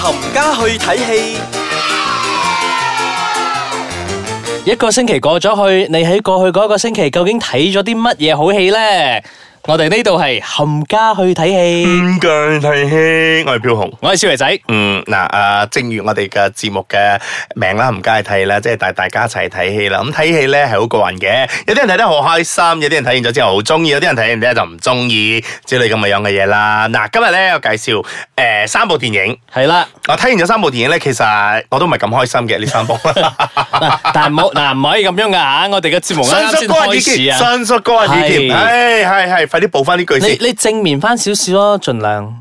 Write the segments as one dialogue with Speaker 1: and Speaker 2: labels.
Speaker 1: 冚家去睇戲，
Speaker 2: 一個星期過咗去，你喺過去嗰一個星期究竟睇咗啲乜嘢好戲呢？我哋呢度係冚家去睇戲，
Speaker 3: 五腳提氣，我係飄紅。
Speaker 2: 我係少爺仔。
Speaker 3: 嗯，嗱，啊，正如我哋嘅節目嘅名啦，唔該睇啦，即係帶大家一齊睇戲啦。咁睇戲咧係好個人嘅，有啲人睇得好開心，有啲人睇完咗之後好中意，有啲人睇完咧就唔中意之類咁嘅樣嘅嘢啦。嗱，今日咧我介紹誒、呃三部電影，
Speaker 2: 係啦，
Speaker 3: 我睇完咗三部電影咧，其實我都唔係咁開心嘅呢三部。
Speaker 2: 嗱，但係冇 嗱，唔可以咁樣噶吓，我哋嘅節目啱啱先開 始啊，
Speaker 3: 迅速個人意見，
Speaker 2: 係
Speaker 3: 係係係，快啲補翻呢句先。
Speaker 2: 你你正面翻少少咯，盡量。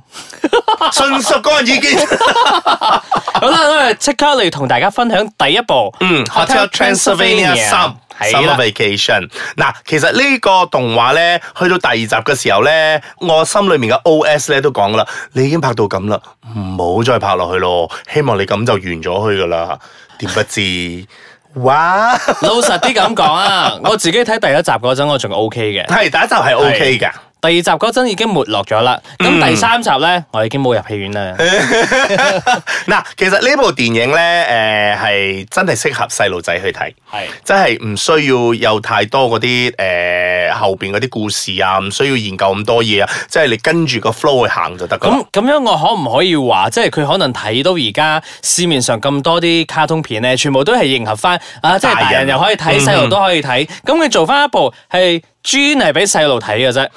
Speaker 3: 迅速個人意見。
Speaker 2: 好啦，我哋即刻嚟同大家分享第一部，
Speaker 3: 嗯，Hotel Transylvania 三。
Speaker 2: 係
Speaker 3: Summer
Speaker 2: 啦，
Speaker 3: Vacation 嗱，其實呢個動畫咧，去到第二集嘅時候咧，我心裏面嘅 O.S 咧都講啦，你已經拍到咁啦，唔好再拍落去咯，希望你咁就完咗去噶啦。點不知， 哇，
Speaker 2: 老實啲咁講啊，我自己睇第一集嗰陣我仲 O K 嘅，
Speaker 3: 係第一集係 O.K. 噶，
Speaker 2: 第二集嗰陣已經沒落咗啦，咁第三集咧我已經冇入戲院啦。
Speaker 3: 嗱，其實呢部電影咧，誒、係真係適合細路仔去睇。
Speaker 2: 係
Speaker 3: 真係唔需要有太多嗰啲誒後邊嗰啲故事啊，唔需要研究咁多嘢啊，即係你跟住個 flow 去行就得噶啦。
Speaker 2: 咁咁樣，我可唔可以話，即係佢可能睇到而家市面上咁多啲卡通片咧，全部都係迎合翻啊，即係大
Speaker 3: 大
Speaker 2: 人
Speaker 3: 人
Speaker 2: 又可以睇，
Speaker 3: 嗯
Speaker 2: 細路都可以睇。咁佢做翻一部係專係俾細路睇嘅啫。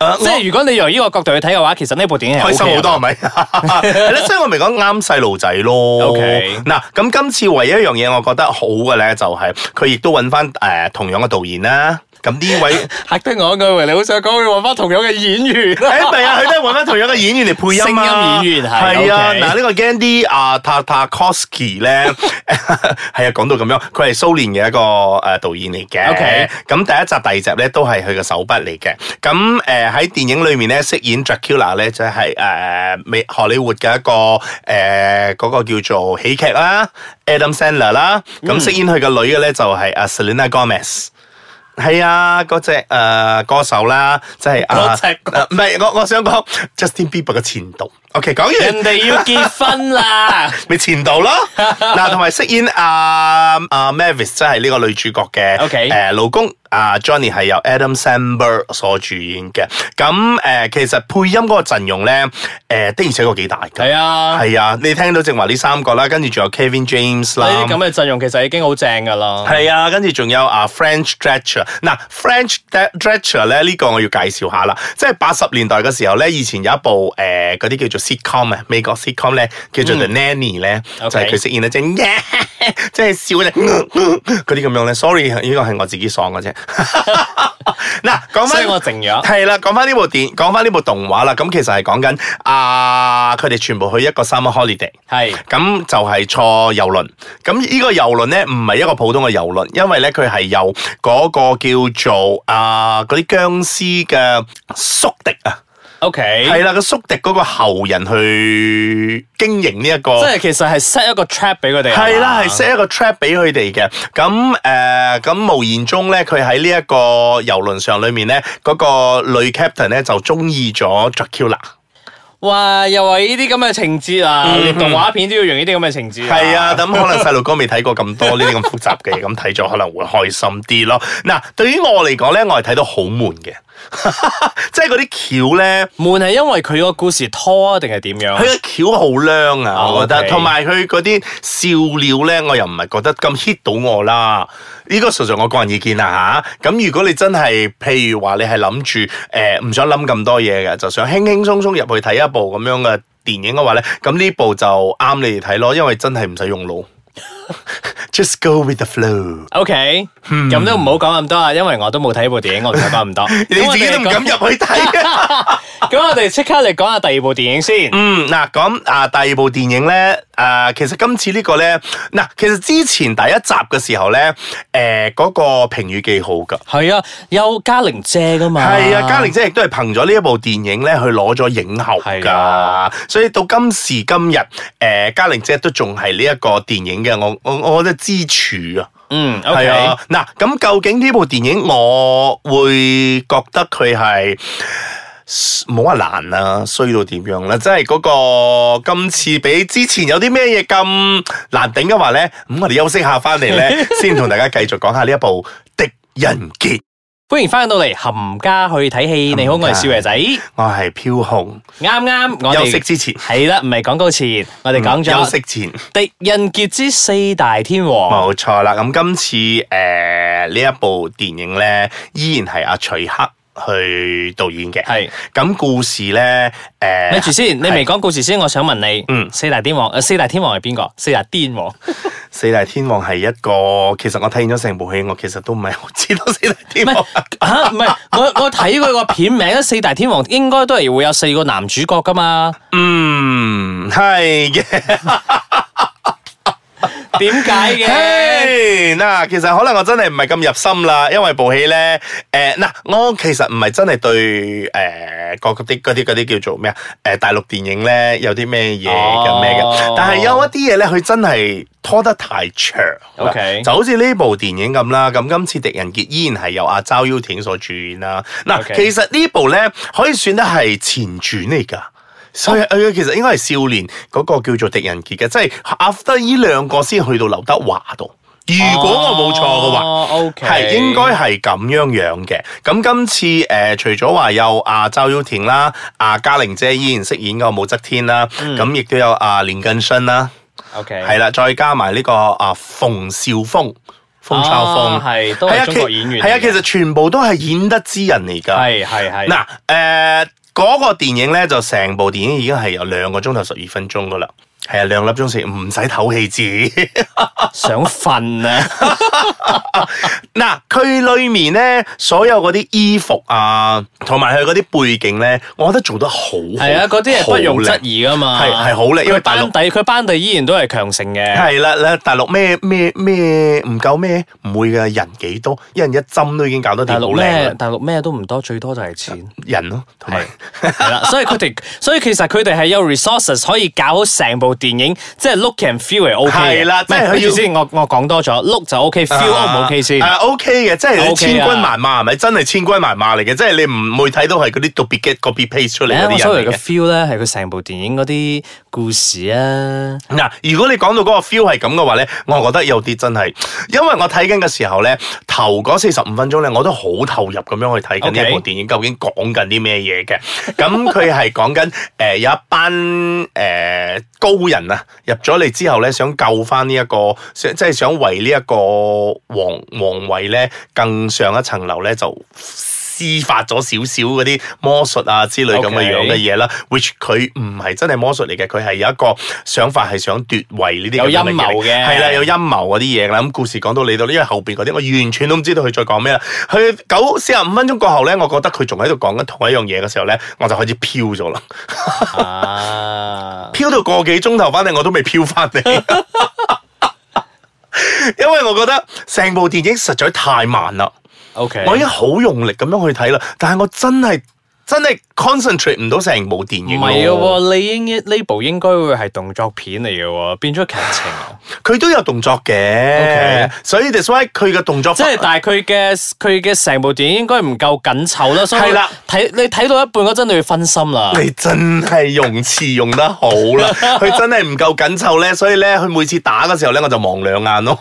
Speaker 3: 誒
Speaker 2: 即係如果你由呢個角度去睇嘅話，其實呢部電影係
Speaker 3: 開心
Speaker 2: OK
Speaker 3: 好多係咪？係咧，所以我咪講啱細路仔咯。
Speaker 2: OK
Speaker 3: 嗱，咁今次唯一一樣嘢我覺得好嘅咧，就係佢亦都揾翻誒同樣嘅導演啦。咁呢位。
Speaker 2: 嘅嚇得我，我以為你好想講佢揾翻同樣嘅演員。
Speaker 3: 誒唔係啊，佢都係揾翻同樣嘅演員嚟配音啊，
Speaker 2: 聲音演員係
Speaker 3: 係啊，
Speaker 2: OK
Speaker 3: 嗱呢個 Gandy 啊 Tartakovsky 咧， 係啊講到咁樣，佢係蘇聯嘅一個誒導演嚟嘅。
Speaker 2: OK
Speaker 3: 咁第一集、第二集咧都係佢嘅手筆嚟嘅。咁誒喺電影裏面咧飾演 Dracula 咧就係誒美荷里活嘅一個誒嗰個叫做喜劇啦，Adam Sandler 啦，咁飾演佢嘅女嘅咧就係阿 Selena Gomez。係啊，嗰隻誒歌手啦，即係啊，
Speaker 2: 嗰隻歌
Speaker 3: 呃唔係我我想講 Justin Bieber 嘅前度。OK，講完
Speaker 2: 人哋要結婚啦，
Speaker 3: 咪前度咯。嗱，同埋飾演阿阿 Mavis 即係呢個女主角嘅
Speaker 2: OK
Speaker 3: 誒老公啊 Johnny 係由 Adam Sandberg 所主演嘅。咁誒其實配音嗰個陣容咧誒的而且確幾大㗎。
Speaker 2: 係啊，
Speaker 3: 係啊，你聽到正話呢三個啦，跟住仲有 Kevin James
Speaker 2: 呢
Speaker 3: 啦。
Speaker 2: 啲咁嘅陣容其實已經好正㗎啦。
Speaker 3: 係啊，跟住仲有啊 French Drescher，嗱 French Drescher 咧呢個我要介紹下啦，即係八十年代嘅時候咧，以前有一部誒嗰啲叫做 sitcom 啊，美國 sitcom 咧叫做 The Nanny 咧，
Speaker 2: 嗯
Speaker 3: 就
Speaker 2: OK
Speaker 3: 係佢飾演一隻 即係笑嗰隻 嗰啲咁樣咧。Sorry，呢個係我自己爽嘅啫。 嗱，講
Speaker 2: 所
Speaker 3: 翻
Speaker 2: 以我靜咗。
Speaker 3: 係啦，講翻呢部電，講翻呢部動畫啦，咁其實係講緊啊，佢哋全部去一個 summer holiday。
Speaker 2: 係
Speaker 3: 咁就係坐遊輪，咁呢個遊輪咧唔係一個普通嘅遊輪，因為咧佢係由嗰個叫做啊嗰啲僵屍嘅宿敵啊，
Speaker 2: OK。
Speaker 3: 係啦個宿敵嗰個後人去經營呢、一個
Speaker 2: 即。係其實係 set 一個 trap 俾佢哋。啊
Speaker 3: 係
Speaker 2: 嘛
Speaker 3: 啦，係 set 一個 trap 俾佢哋嘅。咁誒，呃咁、無言中咧，佢喺呢一個遊輪上裏面咧，嗰、個女 captain 咧就中意咗 Dracula。
Speaker 2: 哇！又話呢啲咁嘅情節啊，連動畫片都要用呢啲咁嘅情節。
Speaker 3: 嗯係啊，，咁可能細路哥未睇過咁多呢啲咁複雜嘅嘢，咁睇咗可能會開心啲咯。嗱，對於我嚟講咧，我係睇到好悶嘅， 即係嗰啲橋咧，
Speaker 2: 悶係因為佢個故事拖啊定係點
Speaker 3: 啊佢
Speaker 2: 樣？
Speaker 3: 嘅橋好靚啊，
Speaker 2: 哦
Speaker 3: 我覺得，
Speaker 2: OK
Speaker 3: 同埋佢嗰啲笑料咧，我又唔係覺得咁 hit 到我啦。呢個純粹我個人意見啦吓。咁如果你真係譬如話你係諗住誒唔想諗咁多嘢嘅，就想輕輕鬆鬆入去睇一部咁樣嘅電影嘅話咧，咁呢部就啱你哋睇咯，因為真係唔使用腦。Just go with the flow。
Speaker 2: O K，咁
Speaker 3: 嗯
Speaker 2: 都唔好講咁多啊，因為我都冇睇部電影，我唔想講咁多。
Speaker 3: 你
Speaker 2: 咁我
Speaker 3: 自己
Speaker 2: 哋
Speaker 3: 都唔敢
Speaker 2: 講。
Speaker 3: 入去睇。啊
Speaker 2: 咁我哋即刻嚟講下第二部電影先。
Speaker 3: 嗯，嗱，咁啊，第二部電影咧，啊，其實今次呢個咧，嗱，其實之前第一集嘅時候咧，誒、嗰、個評語幾好噶。
Speaker 2: 係啊，有嘉玲姐噶嘛？
Speaker 3: 係啊，嘉玲姐亦都係憑咗呢一部電影咧，去攞咗影后
Speaker 2: 係
Speaker 3: 㗎
Speaker 2: 啊，
Speaker 3: 所以到今時今日，誒、嘉玲姐都仲係呢一個電影嘅我我我覺得支柱啊。
Speaker 2: 嗯，O
Speaker 3: 係
Speaker 2: K，
Speaker 3: 啊，嗱，咁究竟呢部電影我會覺得佢係冇話難啦，衰到點樣啦？即係嗰個今次比之前有啲咩嘢咁難頂嘅話咧，咁我哋休息下翻嚟 咧，先同大家繼續講下呢一部《狄仁傑》。
Speaker 2: 欢迎翻到嚟冚家去睇戏，你好，我系少爷仔。啱
Speaker 3: 我係飄紅，
Speaker 2: 啱我
Speaker 3: 休
Speaker 2: 哋
Speaker 3: 息之前，嗯
Speaker 2: 系啦，唔系广告前，我哋讲
Speaker 3: 休
Speaker 2: 咗
Speaker 3: 息前。
Speaker 2: 狄仁杰之四大天王。
Speaker 3: 哦冇錯啦，咁今次誒呢、一部電影咧，依然係阿徐克去導演嘅。
Speaker 2: 係
Speaker 3: 咁故事呃咧，誒、
Speaker 2: 咪住先，你未讲故事先，我想问你，
Speaker 3: 嗯哦
Speaker 2: 四大天王，呃四大天王系边个？四大天 王，唔
Speaker 3: 四大天王係一個，其實我睇完咗成部戲，我其實都唔係好知道四大天
Speaker 2: 系
Speaker 3: 王。
Speaker 2: 吓，唔系我我睇佢个片名，四大天王应该都系会有四个男主角噶嘛？
Speaker 3: 嗯，係嘅。
Speaker 2: 点解嘅？
Speaker 3: 嘿嗱，其實可能我真係唔係咁入心啦，因為部戲咧，誒嗱，我其實唔係真係對誒嗰啲嗰啲嗰啲叫做咩啊？誒大陸電影咧有啲咩嘢嘅咩
Speaker 2: 哦
Speaker 3: 嘅，但係有一啲嘢咧，佢真係拖得太長啦
Speaker 2: OK
Speaker 3: 就好似呢部電影咁啦。咁今次《狄仁傑》依然係由阿周邀廷所主演啦。嗱
Speaker 2: OK
Speaker 3: 其實呢部咧可以算得係前傳嚟㗎。所以誒，其實應該係少年嗰個叫做狄仁傑嘅，即係 after 呢兩個先去到劉德華度。如果我冇錯嘅話，
Speaker 2: o K，
Speaker 3: 係應該係咁樣樣嘅。咁今次誒、呃除咗話有阿周耀廷啦，阿嘉玲姐依然飾演嗰個武則天啦，咁亦都有阿連近信啦，
Speaker 2: O K，
Speaker 3: 係啦，再加埋呢、個啊馮紹峰。馮紹峰
Speaker 2: 啊係都係
Speaker 3: 啊
Speaker 2: 中國演員嚟嘅
Speaker 3: 係啊，其實全部都係演得之人嚟㗎。
Speaker 2: 系系系，
Speaker 3: 嗱，誒、嗰、個電影咧，就成部電影已經係有兩個鐘頭十二分鐘噶啦。係啊，兩粒鐘食唔使唞氣字。
Speaker 2: 想瞓啊！
Speaker 3: 嗱，佢裏面咧所有嗰啲衣服啊，同埋佢嗰啲背景咧，我覺得做得好好。
Speaker 2: 系啊，嗰啲係不容
Speaker 3: 好靚
Speaker 2: 質疑噶嘛，
Speaker 3: 係係好靚因為
Speaker 2: 佢班底佢班底依然都係強盛嘅，
Speaker 3: 係啦，咧大陸咩咩咩唔夠咩？唔會嘅，人幾多？一人一針都已經搞得掂
Speaker 2: 大
Speaker 3: 好
Speaker 2: 陸
Speaker 3: 靚
Speaker 2: 咩
Speaker 3: 啦，
Speaker 2: 大陸咩都唔多，最多就係錢，
Speaker 3: 人咯，同埋
Speaker 2: 係。係啦，所以佢哋 所以其實佢哋係有 resources 可以搞好成部電影，即係 look and feel 係 OK 嘅
Speaker 3: 係啦即係佢要
Speaker 2: 咪住先，我我講多咗，look 就 OK，feel O 唔 OK 先
Speaker 3: 啊，OK 嘅，即係你
Speaker 2: OK 啊
Speaker 3: 千軍萬馬係咪？真係千軍萬馬嚟嘅，即係你唔會睇到係嗰啲特別嘅 copy paste 出
Speaker 2: 誒
Speaker 3: 嚟嗰
Speaker 2: 我
Speaker 3: 啲
Speaker 2: 所謂
Speaker 3: 人嚟
Speaker 2: 嘅
Speaker 3: 嘅。
Speaker 2: feel 咧，係佢成部電影嗰啲故事啊，
Speaker 3: 嗱，如果你講到嗰個 feel 係咁嘅話咧，我覺得有啲真係，因為我睇緊嘅時候咧，頭嗰四十五分鐘咧，我都好投入咁樣去睇緊
Speaker 2: OK
Speaker 3: 呢一部電影究竟講緊啲咩嘢嘅。咁佢係講緊誒有一班誒、呃高人啊，入咗嚟之後咧，想救翻呢一個，想即係想為呢一個皇皇位咧更上一層樓咧就。施法咗少少嗰啲魔術啊之類咁嘅樣嘅
Speaker 2: OK
Speaker 3: 嘢啦，which 佢唔係真係魔術嚟嘅，佢係有一個想法係想奪位呢啲
Speaker 2: 有陰謀嘅
Speaker 3: 係啦，有陰謀嗰啲嘢啦。咁故事講到你度，因為後邊嗰啲我完全都唔知道佢再講咩啦。佢九四十五分鐘過後咧，我覺得佢仲喺度講緊同一樣嘢嘅時候咧，我就開始飄咗啦，
Speaker 2: 啊，
Speaker 3: 飄到個幾鐘頭翻嚟，我都未飄翻嚟。 因為我覺得成部電影實在太慢啦。
Speaker 2: OK，
Speaker 3: 我已經好用力咁樣去睇啦，但係我真係真係 concentrate 唔到成部電
Speaker 2: 唔
Speaker 3: 影。
Speaker 2: 係嘅喎，你應呢部應該會係動作片嚟嘅喎，變咗劇情啊。
Speaker 3: 佢都有動作嘅
Speaker 2: OK
Speaker 3: 所以 that's why 佢嘅動作
Speaker 2: 即係，但係佢嘅佢嘅成部電影應該唔夠緊湊啦，所以
Speaker 3: 係啦
Speaker 2: 睇你睇到一半嗰陣，你會分心啦。
Speaker 3: 你真係用詞用得好 啦，佢真係唔夠緊湊咧，所以咧佢每次打嘅時候咧，我就望兩 眼咯。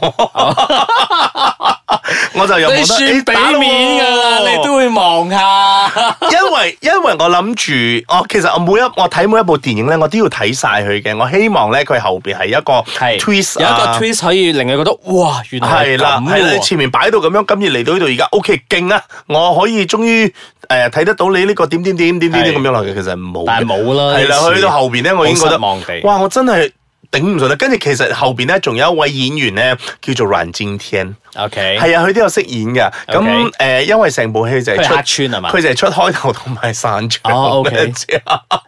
Speaker 3: 我就又
Speaker 2: 你
Speaker 3: 冇得
Speaker 2: 算
Speaker 3: 誒
Speaker 2: 俾
Speaker 3: 打咯
Speaker 2: 面㗎啦，
Speaker 3: 喎
Speaker 2: 你都會望下。
Speaker 3: 因為因為我諗住，我其實我每一我睇每一部電影咧，我都要睇晒佢嘅。我希望咧佢後邊係一個
Speaker 2: 係
Speaker 3: twist
Speaker 2: 有一個
Speaker 3: 啊
Speaker 2: twist 可以令你覺得哇，原來係
Speaker 3: 係啦，係啦，你
Speaker 2: 咁
Speaker 3: 前面擺到咁樣，今日嚟到呢度而家，OK，勁啊！我可以終於誒睇得到你呢個點點點點點點
Speaker 2: 係
Speaker 3: 咁樣落嘅，其實冇嘅，
Speaker 2: 但係冇啦
Speaker 3: 係
Speaker 2: 呢次
Speaker 3: 啦，去到後邊咧，我已經覺得
Speaker 2: 好失望地
Speaker 3: 哇！我真係頂唔順啦。跟住其實後邊咧，仲有一位演員咧，叫做阮經天，
Speaker 2: 喎。OK，
Speaker 3: 係啊，佢都有飾演嘅。咁
Speaker 2: OK
Speaker 3: 誒，因為成部戲就
Speaker 2: 佢係
Speaker 3: 係出
Speaker 2: 客串啊係嘛
Speaker 3: 佢就係出開頭同埋散場。
Speaker 2: 哦，OK
Speaker 3: 啫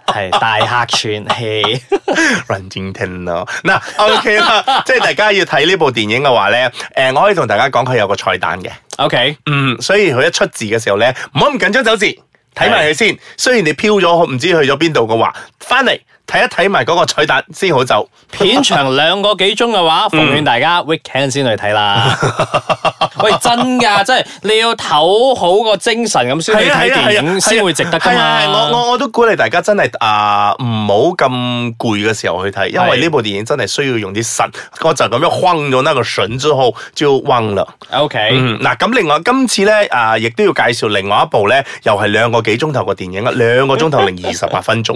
Speaker 2: 係大客串 戲。
Speaker 3: Run 戰聽咯，嗱 OK 啦，即係大家要睇呢部電影嘅話咧，誒、我可以同大家講佢有個彩蛋嘅，
Speaker 2: OK，
Speaker 3: 嗯，所以佢一出字嘅時候咧，唔好咁緊張走字，睇埋佢先。雖然你飄咗，唔知去咗邊度嘅話，翻嚟睇一睇埋嗰個彩蛋先好走。
Speaker 2: 片長兩個幾鐘嘅話，奉勸大家 weekend 先去睇啦。喂，真噶，真係你要唞好個精神咁先去
Speaker 3: 係啊
Speaker 2: 睇
Speaker 3: 係啊係啊
Speaker 2: 電影，先會值得噶
Speaker 3: 係啊係啊我
Speaker 2: 嘛。
Speaker 3: 我我都鼓勵大家真係啊，唔好咁攰嘅時候去睇，因為呢部電影真係需要用啲神，我就咁樣轟咗那個神之後就忘了。
Speaker 2: O K，
Speaker 3: 嗯，嗱咁另外今次咧啊，亦都要介紹另外一部咧，又係兩個幾鐘頭嘅電影啦，啊兩個鐘頭零二十八分鐘，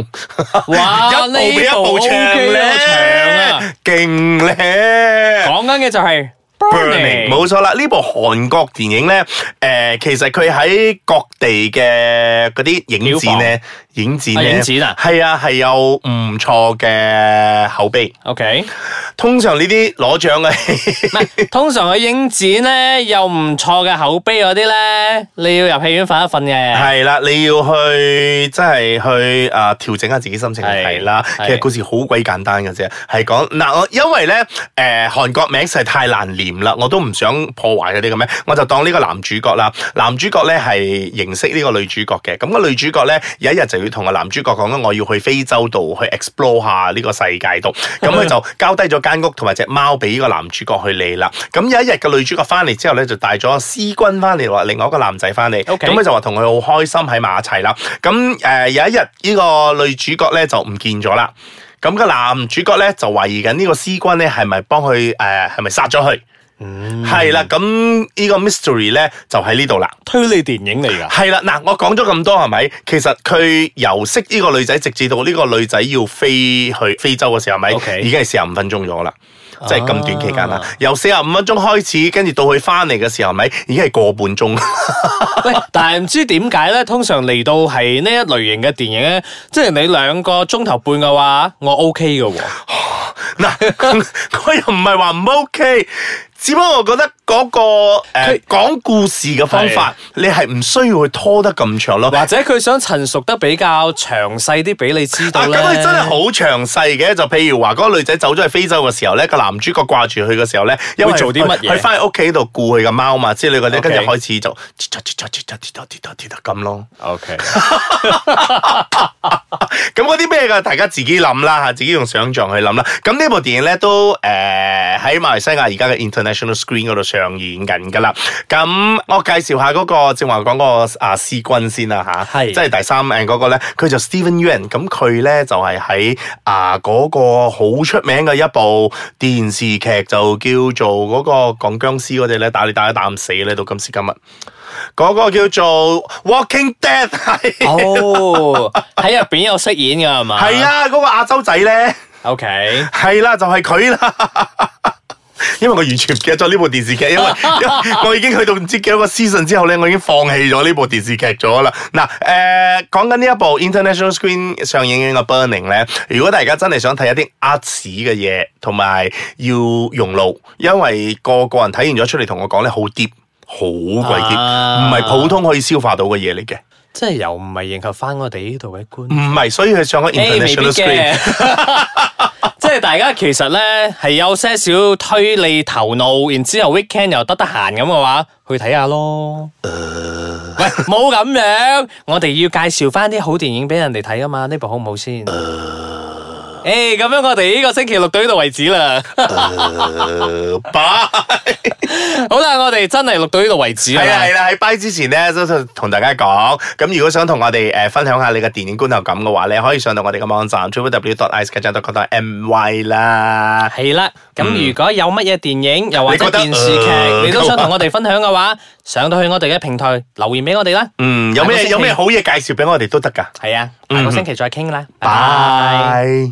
Speaker 2: 哇，
Speaker 3: 一
Speaker 2: 呢
Speaker 3: 部比一部
Speaker 2: O
Speaker 3: 長
Speaker 2: K
Speaker 3: 咧，
Speaker 2: 長啊！，
Speaker 3: 勁咧。
Speaker 2: 講緊嘅就係 Burning，
Speaker 3: Burning，冇錯啦！呢部韓國電影咧，誒、其實佢喺各地嘅嗰啲影展咧，影展
Speaker 2: 啊
Speaker 3: 咧，
Speaker 2: 影展啊
Speaker 3: 係啊，係有唔錯嘅口碑。
Speaker 2: O K。
Speaker 3: 通常呢啲攞獎嘅，
Speaker 2: 唔係，通常去影展咧又唔錯嘅口碑嗰啲咧，你要入戲院瞓一瞓嘅。
Speaker 3: 係啦，你要去即係去啊調整下自己心情去睇啦。
Speaker 2: 係
Speaker 3: 其實故事好鬼簡單嘅啫，係講嗱我因為咧誒、韓國名實在太難念啦，我都唔想破壞嗰啲咁樣，我就當呢個男主角啦。男主角咧係認識呢個女主角嘅，咁、個女主角咧有一日就要同個男主角講啦，我要去非洲度去 explore 下呢個世界度，咁佢 就交低咗間屋同埋隻貓俾呢個男主角去理啦。咁有一日個女主角翻嚟之後咧，就帶咗思君翻嚟，話另外一個男仔翻嚟，咁佢
Speaker 2: OK
Speaker 3: 就話同佢好開心喺埋一齊啦。咁誒、呃有一日呢個女主角咧就唔見咗啦。咁、個男主角咧就懷疑緊呢個思君咧係咪幫佢誒係咪殺咗佢？係啦、咁呢個 mystery 咧就喺呢度啦。
Speaker 2: 推理電影嚟㗎。
Speaker 3: 係啦，嗱，我講咗咁多係咪？其實佢由識呢個女仔，直至到呢個女仔要飛去非洲嘅時候，係咪
Speaker 2: OK
Speaker 3: 已經係四十五分鐘咗啦。即係咁短期間啦
Speaker 2: 啊，
Speaker 3: 由四十五分鐘開始，跟住到佢翻嚟嘅時候，係咪已經係個半鐘。
Speaker 2: 喂，但係唔知點解咧，通常嚟到係呢一類型嘅電影咧，即係你兩個鐘頭半嘅話，我 OK 嘅喎。
Speaker 3: 嗱， 我又唔係話唔 OK，只不過我覺得嗰、個誒
Speaker 2: 佢
Speaker 3: 講、故事嘅方法，你係唔需要去拖得咁長咯。
Speaker 2: 或者佢想陳述得比較詳細啲俾你知道
Speaker 3: 啊，咁
Speaker 2: 咧。
Speaker 3: 佢真係好詳細嘅，就譬如話嗰個女仔走咗去非洲嘅時候咧，個男主角掛住佢嘅時候咧，因為
Speaker 2: 會做啲乜嘢
Speaker 3: 佢翻去屋企度顧佢嘅貓嘛之類嗰啲，
Speaker 2: OK
Speaker 3: 跟住開始就咁咯。
Speaker 2: OK，
Speaker 3: 咁嗰啲咩㗎，大家自己諗啦嚇，自己用想像去諗啦。咁呢部電影咧都呃誒喺、馬來西亞而家嘅 international screen 嗰度上演緊㗎啦。咁我介紹下嗰、個正話講嗰個啊思君先啦吓，
Speaker 2: 係
Speaker 3: 即係第三名嗰個咧，佢就 Steven Yeun。咁佢咧就係喺啊嗰個好出名嘅一部電視劇，就叫做嗰、個講僵屍嗰隻咧，打你打一啖死咧，到今時今日嗰、個叫做 Walking Dead 係
Speaker 2: 哦，喺入邊有飾演㗎係嘛？
Speaker 3: 係。啊，嗰、個亞洲仔咧。
Speaker 2: OK，
Speaker 3: 系啦，就係佢啦。 因為我完全唔記得咗呢部電視劇， 因為因為我已經去到唔知幾多個 season 之後咧，我已經放棄咗呢部電視劇咗啦。嗱，誒講緊呢一部 international screen 上映嘅《Burning》咧，如果大家真係想睇一啲 art 嘅嘢，同埋要用腦，因為個個人睇完咗出嚟同我講咧，好 deep，好鬼 deep，
Speaker 2: 啊
Speaker 3: 唔係普通可以消化到嘅嘢嚟嘅，
Speaker 2: 即係又唔係迎合翻我哋呢度嘅觀眾
Speaker 3: 唔係，所以佢上咗
Speaker 2: 嗯誒未必
Speaker 3: international screen。
Speaker 2: 嘅， 即係大家其實咧係有些少推理頭腦，然之後 weekend 又得得閒咁嘅話，去睇下咯。喂，冇咁樣，我哋要介紹翻啲好電影俾人哋睇啊嘛，呢部好唔好先？誒、呃咁樣我哋呢個星期六到呢度為止啦。
Speaker 3: 呃拜。
Speaker 2: 好啦，我哋真係啊錄到呢度為止啦。
Speaker 3: 係啦係啦，喺 b 之前咧都同大家講，咁如果想同我哋誒分享下你嘅電影觀後感嘅話咧，可以上到我哋嘅網站 www.icekitchen.com.my 啦。
Speaker 2: 系啦，咁如果有乜嘢電影又或者
Speaker 3: 嗯你覺得
Speaker 2: 電視劇，
Speaker 3: 呃
Speaker 2: 你都想同我哋分享嘅話，上到去我哋嘅平台留言俾我哋啦。
Speaker 3: 嗯，
Speaker 2: 下
Speaker 3: 有
Speaker 2: 個
Speaker 3: 咩
Speaker 2: 星期
Speaker 3: 有咩好嘢介紹俾我哋都得㗎。
Speaker 2: 系啊，下個星期再傾啦，拜拜。
Speaker 3: 拜。